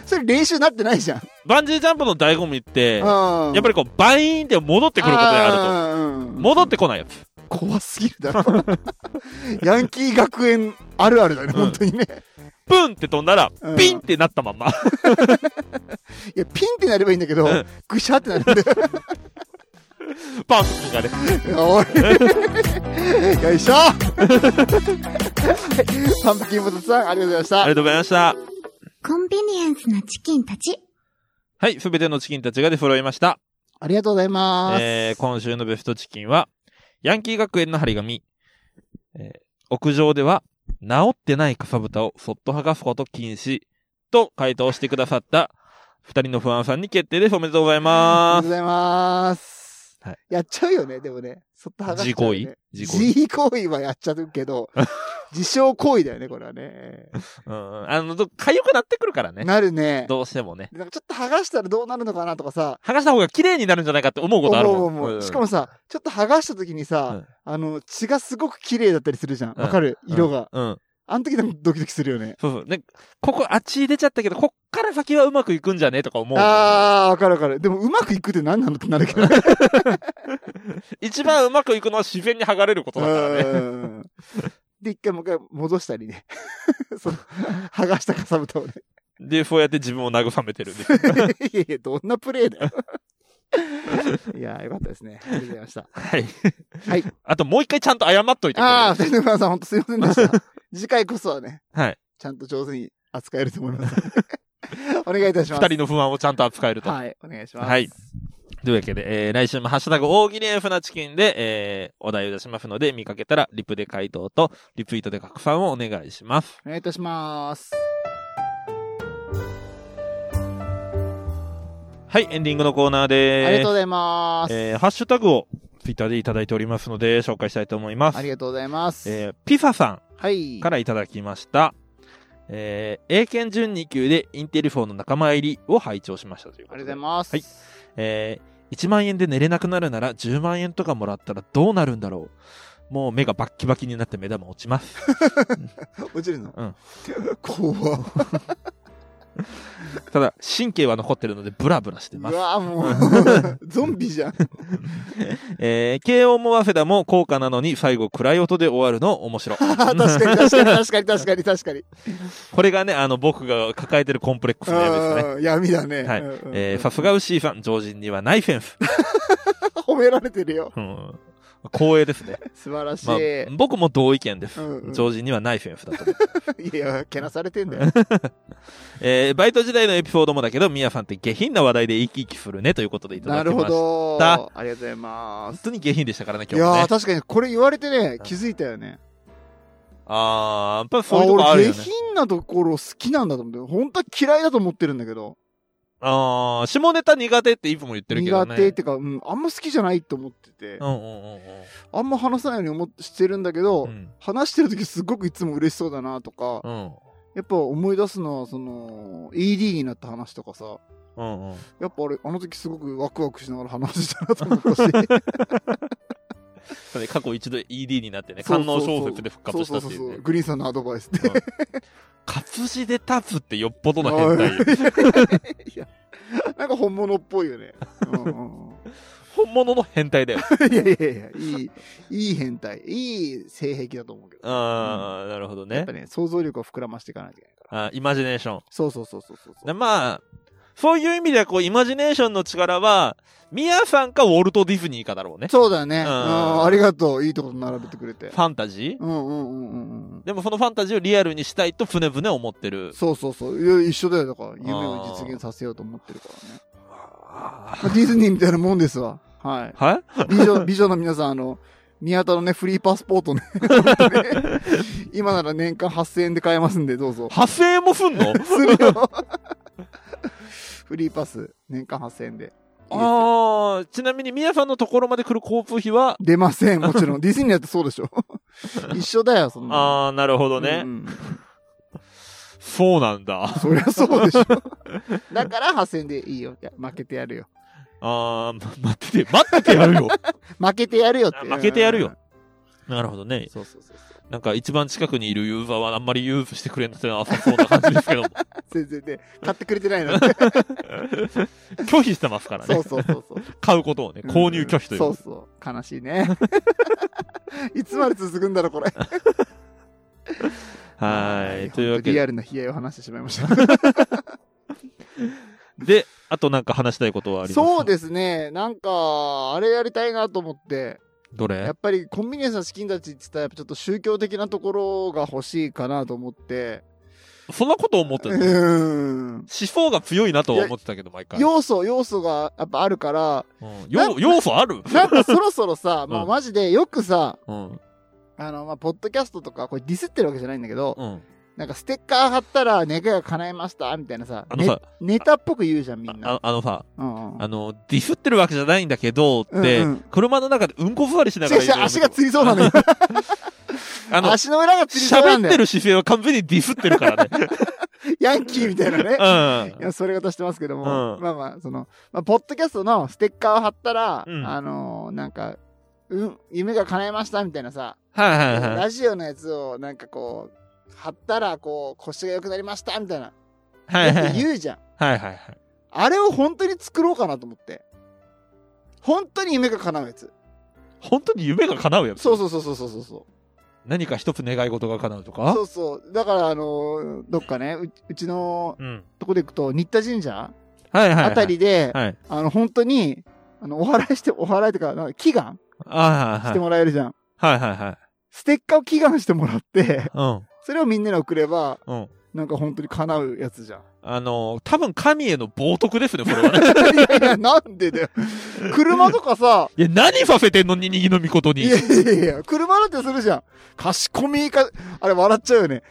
Speaker 1: それ練習になってないじゃん、
Speaker 2: バンジージャンプの醍醐味って、や
Speaker 1: や
Speaker 2: っぱりこう、バイーンって戻ってくることであると。
Speaker 1: る
Speaker 2: 戻ってこないやつ。
Speaker 1: と怖すぎるだろ ヤンキー学園あるあるだね、
Speaker 2: うん
Speaker 1: 本当にね
Speaker 2: プンって飛んだら
Speaker 1: うん、
Speaker 2: ピンってなったまんま。
Speaker 1: い やピンってなればいいんだけど、
Speaker 2: うん
Speaker 1: ぐしゃってなるんだよ
Speaker 2: パンクがね。
Speaker 1: おい よいしょパンプキンボトさんありがとうございました
Speaker 2: ありがとうございました。
Speaker 6: コンビニエンスなチキンたち。
Speaker 2: はい、すべてのチキンたちが出揃いました。
Speaker 1: ありがとうございます、
Speaker 2: えー、今週のベストチキンは、ヤンキー学園の張り紙。えー屋上では、治ってないかさぶたをそっと剥がすこと禁止。と回答してくださった、二人の不安さんに決定です。おめでとうござい
Speaker 1: ありが
Speaker 2: ま
Speaker 1: とう
Speaker 2: す。
Speaker 1: ございます、
Speaker 2: はい
Speaker 1: やっちゃうよねでもねそっと剥がしちゃう
Speaker 2: 自行
Speaker 1: よ
Speaker 2: 為
Speaker 1: ね
Speaker 2: 自行為
Speaker 1: 自行為はやっちゃうけど 自傷行為だよねこれはね
Speaker 2: うん。あの、どかゆくなってくるからね。
Speaker 1: なるね
Speaker 2: どうしてもね。
Speaker 1: なんかちょっと剥がしたらどうなるのかなとかさ
Speaker 2: 剥がした方が綺麗になるんじゃないかって思うことある
Speaker 1: 思う
Speaker 2: もん。
Speaker 1: 思う、
Speaker 2: ん
Speaker 1: しかもさちょっと剥がした時にさ、あの血がすごく綺麗だったりするじゃん
Speaker 2: うん
Speaker 1: わかる、色が、
Speaker 2: うん。
Speaker 1: あの時でもドキドキするよね
Speaker 2: そうそう。ね、ここ、あっち出ちゃったけど、こっから先はうまくいくんじゃねとか思う。
Speaker 1: あーわかるわかるでもうまくいくって何なのってなるけどね
Speaker 2: 一番うまくいくのは自然に剥がれることだからね。
Speaker 1: うんで一回もう一回戻したりね その剥がしたかさぶたをね
Speaker 2: で、そうやって自分を慰めてるんです。
Speaker 1: いやいやどんなプレーだよ いやーよかったですねありがとうございました
Speaker 2: はい。
Speaker 1: はい
Speaker 2: あともう一回ちゃんと謝っといてくれる
Speaker 1: ああ二人の皆さん本当すいませんでした次回こそはね
Speaker 2: はい。
Speaker 1: ちゃんと上手に扱えると思い ますお願いいたします
Speaker 2: 二人の不安をちゃんと扱えると。
Speaker 1: はい、お願いします。
Speaker 2: はい。というわけで、えー、来週もハッシュタグ大喜利エフなチキンで、えー、お題を出しますので、見かけたらリプで回答と、リツイートで拡散をお願いします。
Speaker 1: お願いいたします。
Speaker 2: はい、エンディングのコーナー
Speaker 1: あ
Speaker 2: でーす。
Speaker 1: りがとうございます。
Speaker 2: えー、ハッシュタグをツイッターでいただいておりますので、紹介したいと思います。
Speaker 1: ありがとうございます。
Speaker 2: えー、ピファさ
Speaker 1: はい
Speaker 2: ん。からいただきました。えー、英検準2級でインテリフォーの仲間入りを拝聴しましたというこ
Speaker 1: あ
Speaker 2: と
Speaker 1: りがとうござい。
Speaker 2: で
Speaker 1: ます。
Speaker 2: はいえー、1万円で寝れなくなるなら10万円とかもらったらどうなるんだろうもう目がバッキバキになって目玉落ち ます。
Speaker 1: 落ちるの
Speaker 2: うん。
Speaker 1: 怖っ。
Speaker 2: ただ、神経は残ってるのでブラブラして
Speaker 1: う
Speaker 2: ます。
Speaker 1: わーもう、 ゾンビじゃん。
Speaker 2: えー、慶応も早稲田も高価なのに最後暗い音で終わるの面 白。
Speaker 1: 確かに確かに確かに確かに確かに。
Speaker 2: これがね、あの僕が抱えてるコンプレックスのやつですね。
Speaker 1: うん闇だね。
Speaker 2: はい
Speaker 1: うんうんうん
Speaker 2: えー、さすが牛井さん、常人にはないセンス。
Speaker 1: 褒められてるよ。
Speaker 2: うん、光栄です ね。
Speaker 1: 素晴らしい。
Speaker 2: まあ、僕も同意見です。
Speaker 1: うんうん
Speaker 2: 常人にはないセンスだと思う。
Speaker 1: いや、けなされてんだよ。
Speaker 2: えー、バイト時代のエピソードもだけど、みやさんって下品な話題で生き生きするねということでいた
Speaker 1: な
Speaker 2: だき
Speaker 1: る
Speaker 2: ま
Speaker 1: ほ
Speaker 2: した。本
Speaker 1: ど。
Speaker 2: た
Speaker 1: ありがとうございます。
Speaker 2: 当に下品でしたからね、
Speaker 1: い
Speaker 2: 今日も
Speaker 1: やー
Speaker 2: ね。
Speaker 1: 確かにこれ言われてね、気づいたよね。
Speaker 2: あー、やっぱり
Speaker 1: あ
Speaker 2: そういうとこある
Speaker 1: 俺
Speaker 2: よ
Speaker 1: 下
Speaker 2: ね。
Speaker 1: 品なところ好きなんだと思って、本当は嫌いだと思ってるんだけど。
Speaker 2: あー、下ネタ苦手っていつも言ってるけど
Speaker 1: 苦
Speaker 2: ね。
Speaker 1: 手ってか、うん、あんま好きじゃないと思ってて、
Speaker 2: うんうんうん
Speaker 1: あんま話さないように思っしてるんだけど、
Speaker 2: うん。
Speaker 1: 話してる時すごくいつも嬉しそうだなとか、
Speaker 2: うん。
Speaker 1: やっぱ思い出すのはその ED になった話とかさ
Speaker 2: うんうん。
Speaker 1: やっぱあれあの時すごくワクワクしながら話してたなと思 ったし
Speaker 2: それ過去一度 ED になってね、
Speaker 1: そう
Speaker 2: 観
Speaker 1: そう
Speaker 2: 音
Speaker 1: そう
Speaker 2: 小説で復活したっていうね。
Speaker 1: そうそうそうグリーンさんのアドバイスで
Speaker 2: うん 活字で立つってよっぽどの変態よ。
Speaker 1: なんか本物っぽいよ ね、うんうんうん
Speaker 2: 本物の変態だよ。
Speaker 1: いやいやいやいいいい変態いい性癖だと思うけど、
Speaker 2: あー、なるほど
Speaker 1: やっ
Speaker 2: ね
Speaker 1: ぱ。ね想像力を膨らましていかないといけないから
Speaker 2: あーイマジネーション。
Speaker 1: そうそうそうそうそうそう
Speaker 2: でまあ、そういう意味では、こう、イマジネーションの力は、ミヤさんかウォルト・ディズニーかだろうね。
Speaker 1: そうだね。う、
Speaker 2: うんん
Speaker 1: ありがとう。いいとこ並べてくれて
Speaker 2: フ。ァンタジー
Speaker 1: うんうんうんうんうん。
Speaker 2: でもそのファンタジーをリアルにしたいと船々思ってる。
Speaker 1: そうそうそう。いや一緒だよ。だから、夢を実現させようと思ってるから ね。まあディズニーみたいなもんですわ。はい。
Speaker 2: はい
Speaker 1: 美 女、美女の皆さん、あの、宮田のね、フリーパスポー トね。本当ね今なら年間8000円で買えますんで、どうぞ。
Speaker 2: 発生もすん の
Speaker 1: するよ。フリーパス、年間8000円で。いいですよ
Speaker 2: ああ、ちなみにミヤさんのところまで来る交通費は、
Speaker 1: 出ません、もちろ ん。ディズニーだってそうでしょ。一緒だよ、そんなの。
Speaker 2: ああ、なるほどね。
Speaker 1: うんうん
Speaker 2: そうなんだ。あ
Speaker 1: そりゃそうでしょ。だから8000円でいいよ。いや負けてやるよ。
Speaker 2: あー、ま待ってて、待っててやるよ。
Speaker 1: 負けてやるよって。
Speaker 2: あ負けてやるよ
Speaker 1: うん。
Speaker 2: なるほどね。
Speaker 1: そうそうそうそう
Speaker 2: なんか一番近くにいるユーザーはあんまりユーズしてくれなくてなさそうな感じですけども。
Speaker 1: 全然ね買ってくれて ないので
Speaker 2: 拒否してますから
Speaker 1: そ
Speaker 2: ね
Speaker 1: う。そうそうそう
Speaker 2: 買うことをね、購入拒否とい
Speaker 1: そうう。そう悲しいね いつまで続くんだろうこれ
Speaker 2: は
Speaker 1: 本
Speaker 2: い。と
Speaker 1: 当
Speaker 2: いうわけ
Speaker 1: リ
Speaker 2: で。
Speaker 1: アルな悲哀を話してしまいました
Speaker 2: で、あとなんか話したいことはありますか
Speaker 1: そうですねなんかあれやりたいなと思って
Speaker 2: ど
Speaker 1: や
Speaker 2: れ
Speaker 1: っぱりコンビニエンスの資金たちって言ったらやっぱちょっと宗教的なところが欲しいかなと思って
Speaker 2: そんなこと思って
Speaker 1: う
Speaker 2: た思
Speaker 1: ーん
Speaker 2: 想が強いなとは思ってたけど、毎回。
Speaker 1: 要素要素がやっぱあるから
Speaker 2: うんよう要素あ る
Speaker 1: なんかそろそろさ、
Speaker 2: ん
Speaker 1: もうマジでよくさ
Speaker 2: うん。
Speaker 1: あの、まあ、ポッドキャストとかこれディスってるわけじゃないんだけど、
Speaker 2: うん。
Speaker 1: なんかステッカー貼ったら願いが叶えましたみたいなさ
Speaker 2: あのさ
Speaker 1: ネネタっぽく言うじゃんみんな
Speaker 2: ああのさ、
Speaker 1: うんうん
Speaker 2: あの、ディスってるわけじゃないんだけど、って、
Speaker 1: うんうん
Speaker 2: 車の中でうんこ座りしなが
Speaker 1: 違う
Speaker 2: ら
Speaker 1: 違
Speaker 2: 言
Speaker 1: う
Speaker 2: うのやめて
Speaker 1: 足がつりそうなのよ
Speaker 2: あの、
Speaker 1: 足の裏がつりそうなん
Speaker 2: 喋っ
Speaker 1: だ
Speaker 2: て
Speaker 1: よ
Speaker 2: る姿勢は完全にディスってるか らね。
Speaker 1: ヤンキーみたいなねい
Speaker 2: うん。
Speaker 1: やそれが足してますけども、
Speaker 2: うん
Speaker 1: まあまあその、まあ、ポッドキャストのステッカーを貼ったら、
Speaker 2: うん
Speaker 1: あのーなんか、うん、夢が叶えましたみたいなさ、
Speaker 2: はいはいはい。
Speaker 1: ラジオのやつをなんかこう貼ったらこう腰が良くなりましたみたいな、
Speaker 2: はいはいは
Speaker 1: よく
Speaker 2: い。
Speaker 1: 言うじゃん
Speaker 2: はいはいはい。
Speaker 1: あれを本当に作ろうかなと思って本当に夢が叶うやつ
Speaker 2: 本当に夢が叶うやつ。
Speaker 1: そうそうそうそうそうそうそう
Speaker 2: 何か一つ願い事が叶うとか
Speaker 1: そうそうだからあのーどっかねううちの
Speaker 2: うん。
Speaker 1: とこで行くと新田神社
Speaker 2: はいはいはい。
Speaker 1: あたりで、
Speaker 2: はい。
Speaker 1: あの本当にあのお祓いしてお祓いとかなんか祈願
Speaker 2: あ
Speaker 1: し
Speaker 2: は
Speaker 1: て
Speaker 2: いはい。
Speaker 1: もらえるじゃん、
Speaker 2: はいはいはい。
Speaker 1: ステッカーを祈願してもらって、
Speaker 2: うん。
Speaker 1: それをみんなに送れば、
Speaker 2: うん。
Speaker 1: なんか本当に叶うやつじゃん。
Speaker 2: あのー、多分神への冒涜ですね、これはね。
Speaker 1: いやいや、なんでだよ。車とかさ、
Speaker 2: いや、何させてんの、ににぎのみこと
Speaker 1: い
Speaker 2: に
Speaker 1: や。いやいや、車だってするじゃん。賢みか、あれ笑っちゃうよね。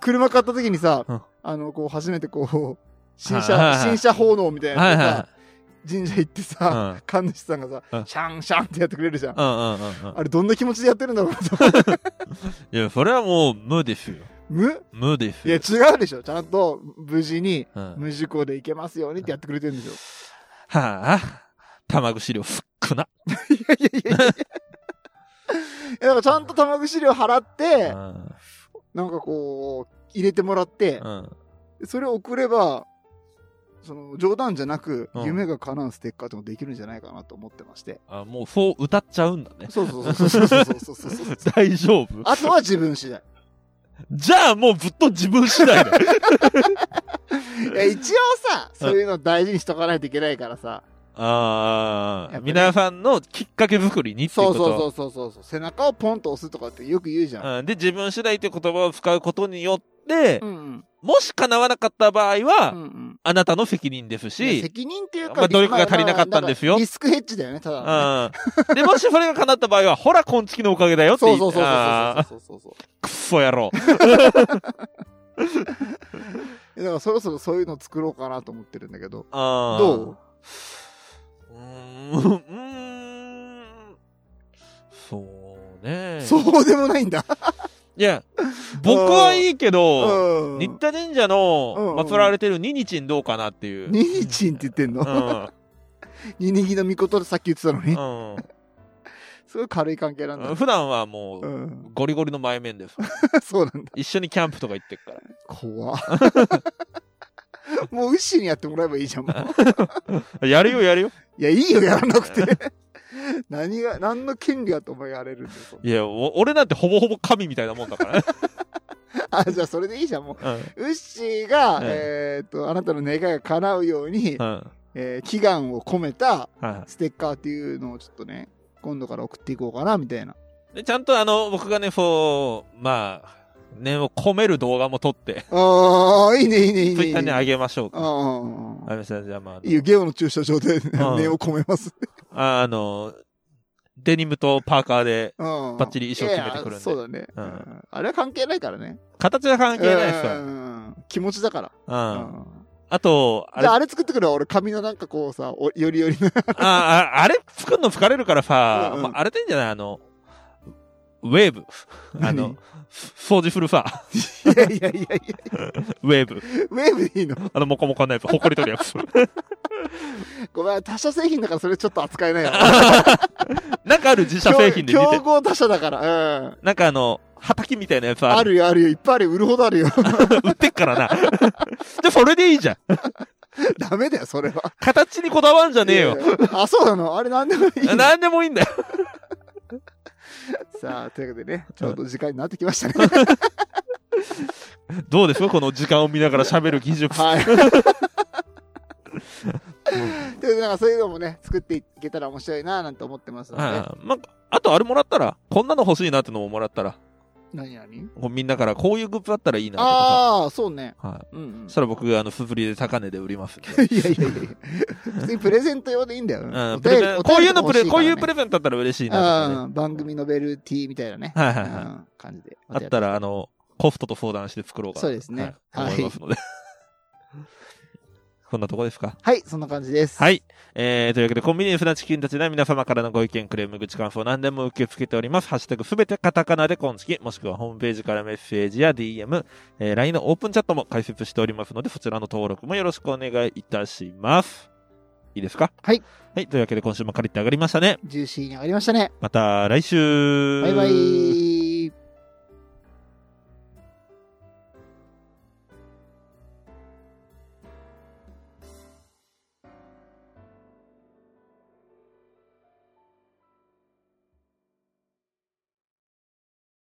Speaker 1: 車買った時にさ、
Speaker 2: うん
Speaker 1: あの、こう、初めて こう、新
Speaker 2: はいはい
Speaker 1: 車、
Speaker 2: はい
Speaker 1: 新車奉納みたいな
Speaker 2: は
Speaker 1: や
Speaker 2: い
Speaker 1: つで
Speaker 2: は
Speaker 1: さ、神社行って
Speaker 2: い。
Speaker 1: さ、
Speaker 2: はい
Speaker 1: 神主さんが
Speaker 2: う
Speaker 1: さ
Speaker 2: ん、
Speaker 1: シャンシャンってやってくれるじゃん。
Speaker 2: うん。うんうんうんうん。
Speaker 1: あれどんな気持ちでやってるんだろうな と。
Speaker 2: いや、それはもう無ですよ。
Speaker 1: 無
Speaker 2: 無です
Speaker 1: いや、
Speaker 2: よ。
Speaker 1: 違うでしょ。ちゃんと、無事に、
Speaker 2: うん。
Speaker 1: 無事故で行けますようにってやってくれてるんでしょ。
Speaker 2: はあ。玉串料すっくな。
Speaker 1: いやいやいやいや。えなんかちゃんと玉串料払っ
Speaker 2: う
Speaker 1: て、
Speaker 2: ん。
Speaker 1: なんかこう、入れてもらって
Speaker 2: う、ん。
Speaker 1: それを送れば、その冗談じゃなく、
Speaker 2: うん
Speaker 1: 夢が叶うステッカーとかできるんじゃないかなと思ってまして。
Speaker 2: あ、もうそう歌っちゃうんだね。
Speaker 1: そうそうそうそうそうそうそうそう。
Speaker 2: 大丈夫。
Speaker 1: あとは自分次第。
Speaker 2: じゃあもうずっと自分次第だ よ。
Speaker 1: いや、一応さ、そういうの大事にしとかないといけないからさ。
Speaker 2: あ
Speaker 1: や
Speaker 2: あ、
Speaker 1: っぱね
Speaker 2: 皆さんのきっかけ作りにっていう
Speaker 1: そ
Speaker 2: こ
Speaker 1: う
Speaker 2: と。
Speaker 1: そうそうそうそう。背中をポンと押すとかってよく言うじゃん。
Speaker 2: うん、で、自分次第という言葉を使うことによって、
Speaker 1: うんうん。
Speaker 2: もし叶わなかった場合は、
Speaker 1: うんうん。
Speaker 2: あなたの責任です
Speaker 1: いや
Speaker 2: し、
Speaker 1: 責任っていうか、
Speaker 2: まあ努力が足りなかったんですよ
Speaker 1: まあリスクヘッジだよね、ただのね。
Speaker 2: うん。で、もしそれが叶った場合は、ほら、こんちきのおかげだよって
Speaker 1: そ
Speaker 2: 言
Speaker 1: うそうそう
Speaker 2: あー
Speaker 1: そうそうそうそうそう
Speaker 2: くっそ野郎。
Speaker 1: えだからそろそろそういうの作ろうかなと思ってるんだけど
Speaker 2: あー
Speaker 1: ど
Speaker 2: うーんうーん。そうね
Speaker 1: う。そうでもないんだ
Speaker 2: いや、僕はいいけ
Speaker 1: う
Speaker 2: ど、
Speaker 1: ん
Speaker 2: 新田神社
Speaker 1: うんうん
Speaker 2: の祀られてるニニチンどうかなっていう。
Speaker 1: ニニチンって言ってんの
Speaker 2: うん。
Speaker 1: ニニギの御事とさっき言ってたのに
Speaker 2: うん
Speaker 1: すごい軽い関係なんだ
Speaker 2: 普段はも
Speaker 1: う
Speaker 2: う、
Speaker 1: ん
Speaker 2: ゴリゴリの前面です。
Speaker 1: そうなんだ
Speaker 2: 一緒にキャンプとか行ってっから。
Speaker 1: 怖もうウッシーにやってもらえばいいじ ゃんもう
Speaker 2: やるよ、やるよ。
Speaker 1: いやいいよやらなくて 何が何の権利がと思われるんだよ そんない
Speaker 2: や、お俺なんてほぼほぼ神みたいなもんだからね。
Speaker 1: あじゃあそれでいいじゃんも
Speaker 2: う ん
Speaker 1: うウッシーが、
Speaker 2: うん
Speaker 1: えーっとあなたの願いが叶うように、
Speaker 2: うん。はい
Speaker 1: えー祈願を込めた
Speaker 2: は
Speaker 1: ステッカーっていうのをちょっとね、今度から送っていこうかな、みたいな。
Speaker 2: い。で、ちゃんとあの、僕がね、そう、まあ、念を込める動画も撮って、
Speaker 1: ああ、いいね、いいね、いい
Speaker 2: ツ
Speaker 1: ね。
Speaker 2: イ
Speaker 1: いい
Speaker 2: ッターに
Speaker 1: ね。
Speaker 2: あげましょう
Speaker 1: あ
Speaker 2: か。
Speaker 1: あ
Speaker 2: あみさん、じゃあまああの
Speaker 1: いいよ、ゲオの駐車場で
Speaker 2: ん
Speaker 1: 念を込めます。
Speaker 2: あ、あの、デニムとパーカーで、
Speaker 1: バ
Speaker 2: バッチリ衣装決めてくるんで
Speaker 1: そうだね。
Speaker 2: うん
Speaker 1: うんあれは関係ないからね。
Speaker 2: 形は関係ないですから。
Speaker 1: うん気持ちだから。う
Speaker 2: うん。
Speaker 1: ん
Speaker 2: あと、あ
Speaker 1: じ
Speaker 2: れ、
Speaker 1: ゃあ、
Speaker 2: あ
Speaker 1: あれ作ってくるわ。俺、髪のなんかこうさ、おより よりの。
Speaker 2: あああれ作るの疲れるからさ
Speaker 1: う、んうん
Speaker 2: まあ、あれでいいんじゃないあの、ウェーブ。あの
Speaker 1: 何、
Speaker 2: 掃除フルファー。
Speaker 1: いやいやいやいや、
Speaker 2: ウェーブ。
Speaker 1: ウェーブでいいの
Speaker 2: あの、モコモコのやつ、ほこり取るや つ。
Speaker 1: ごめん、他社製品だからそれちょっと扱えないよ。
Speaker 2: なんかある自社製品で似
Speaker 1: 競
Speaker 2: て
Speaker 1: 競。合他社だから。うん。
Speaker 2: なんかあの、畑みたいなやつあ
Speaker 1: あ
Speaker 2: る。
Speaker 1: るよ、あるよ。いっぱいあるよ。売るほどあるよ。
Speaker 2: 売ってっからな。 じゃあ、それでいいじゃん。
Speaker 1: ダメだよ、それは。
Speaker 2: 形にこだわんじゃねえよ。
Speaker 1: いやいや。あ、そうなのあれなんでもいい。
Speaker 2: なんでもいいんだよ。
Speaker 1: さあ、というわけでね、ちょうど時間になってきましたね。
Speaker 2: どうですかこの時間を見ながら喋る技術。
Speaker 1: はい。 ということでなんかそういうのもね、作っていけたら面白いなぁなんて思ってますので、
Speaker 2: あまあ、あとあれもらったら、こんなの欲しいなってのももらったら、
Speaker 1: 何々
Speaker 2: こうみんなからこういうグッズあったらいいなとか
Speaker 1: ああ、そうね。
Speaker 2: さ。はい。
Speaker 1: うん、うん
Speaker 2: そし。たら僕、あの、素振りで高値で売ります んで。
Speaker 1: いやいやいやいや普通にプレゼント用でいいんだよ。
Speaker 2: う
Speaker 1: お
Speaker 2: ん、プ
Speaker 1: 便
Speaker 2: レ
Speaker 1: り
Speaker 2: ゼンこういうのプレ、こういうプ
Speaker 1: レ
Speaker 2: レゼントだったら嬉しい
Speaker 1: ゼ
Speaker 2: なとかね。
Speaker 1: 番組のベルティみたいなね。
Speaker 2: はいはいはい
Speaker 1: うん感じで。
Speaker 2: あったら、あの、コストと相談して作ろうかな
Speaker 1: そうですね
Speaker 2: はい
Speaker 1: はい
Speaker 2: 思いますので。こんなとこですか
Speaker 1: はい、そんな感じです。
Speaker 2: はい。えー、というわけで、コンビニエンスなチキンたちでは皆様からのご意見、クレーム、口感想、何でも受け付けております。ハッシュタグすべてカタカナで今月、もしくはホームページからメッセージや DM、えー、LINE のオープンチャットも開設しておりますので、そちらの登録もよろしくお願いいたします。いいですか
Speaker 1: はい。
Speaker 2: はい。というわけで、今週も借りて上がりましたね。
Speaker 1: ジューシーに上がりましたね。
Speaker 2: また来週
Speaker 1: バイバイ。